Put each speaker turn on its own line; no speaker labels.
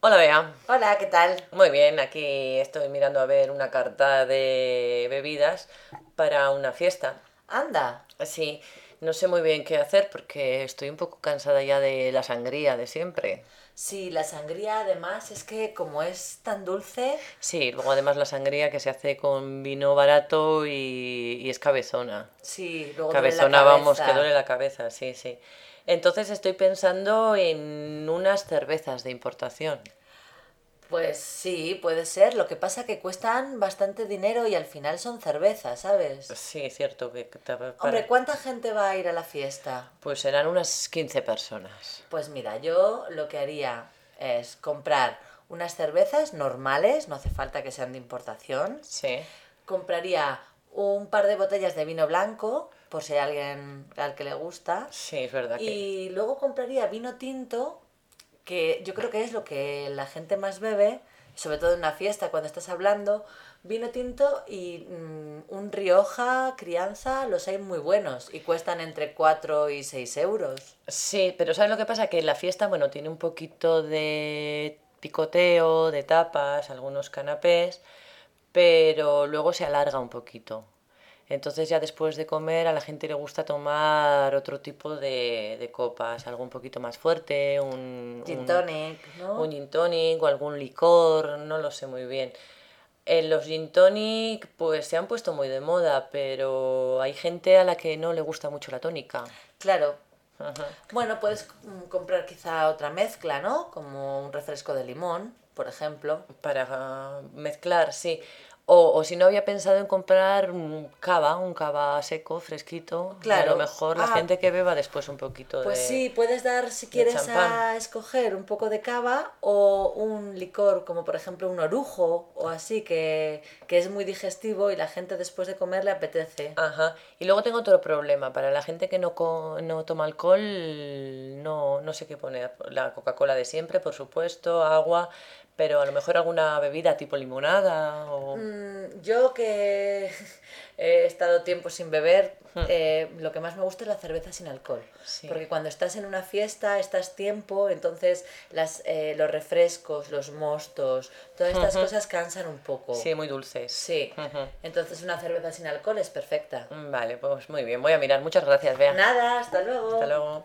Hola Bea.
Hola, ¿qué tal?
Muy bien, aquí estoy mirando a ver una carta de bebidas para una fiesta.
Anda.
Sí, no sé muy bien qué hacer porque estoy un poco cansada ya de la sangría de siempre.
Sí, la sangría además es que como es tan dulce,
Sí, luego además la sangría que se hace con vino barato y, y es cabezona.
sí, luego duele la
Cabezona, vamos,
cabeza.
que duele la cabeza, sí, sí. Entonces estoy pensando en unas cervezas de importación.
Pues sí, puede ser. Lo que pasa que cuestan bastante dinero y al final son cervezas, ¿sabes?
Sí, cierto que... que te- para-
Hombre, ¿cuánta gente va a ir a la fiesta?
Pues serán unas 15 personas.
Pues mira, yo lo que haría es comprar unas cervezas normales, no hace falta que sean de importación.
Sí.
Compraría un par de botellas de vino blanco, por si hay alguien al que le gusta.
Sí, es verdad que...
Y luego compraría vino tinto, que yo creo que es lo que la gente más bebe, sobre todo en una fiesta cuando estás hablando. Vino tinto y mm, un Rioja, crianza, los hay muy buenos y cuestan entre 4 y 6 euros.
Sí, pero ¿sabes lo que pasa? Que la fiesta, bueno, tiene un poquito de picoteo, de tapas, algunos canapés, pero luego se alarga un poquito. Entonces ya después de comer a la gente le gusta tomar otro tipo de, de copas, algo un poquito más fuerte, un...
Gin
un-
tonic, ¿no?
un gin tonic o algún licor, no lo sé muy bien. En los gin tonic pues se han puesto muy de moda, pero hay gente a la que no le gusta mucho la tónica.
Claro.
Ajá.
Bueno, puedes mm, comprar quizá otra mezcla, ¿no? Como un refresco de limón, por ejemplo.
Para mezclar, sí. O, o si no había pensado en comprar un cava, un cava seco, fresquito. y A
Claro.
lo mejor la
Ah.
gente que beba después un poquito
Pues
de...
sí, puedes dar si quieres
champán.
a escoger un poco de cava o un licor, como por ejemplo un orujo o así, que, que es muy digestivo y la gente después de comer le apetece.
Ajá. Y luego tengo otro problema. Para la gente que no, co- no toma alcohol, no, no sé qué poner. La Coca-Cola de siempre, por supuesto, agua, pero a lo mejor alguna bebida tipo limonada o...
Mm, Yo que he estado tiempo sin beber, eh, lo que más me gusta es la cerveza sin alcohol.
Hmm. Sí.
Porque cuando estás en una fiesta, estás tiempo, entonces las, eh, los refrescos, los mostos, todas estas cosas cansan un poco.
Sí, Hmm. muy dulces.
Sí. Entonces una cerveza sin alcohol es perfecta.
Vale, pues muy bien. Voy a mirar. Muchas gracias, Bea.
Nada, hasta luego.
Hasta luego.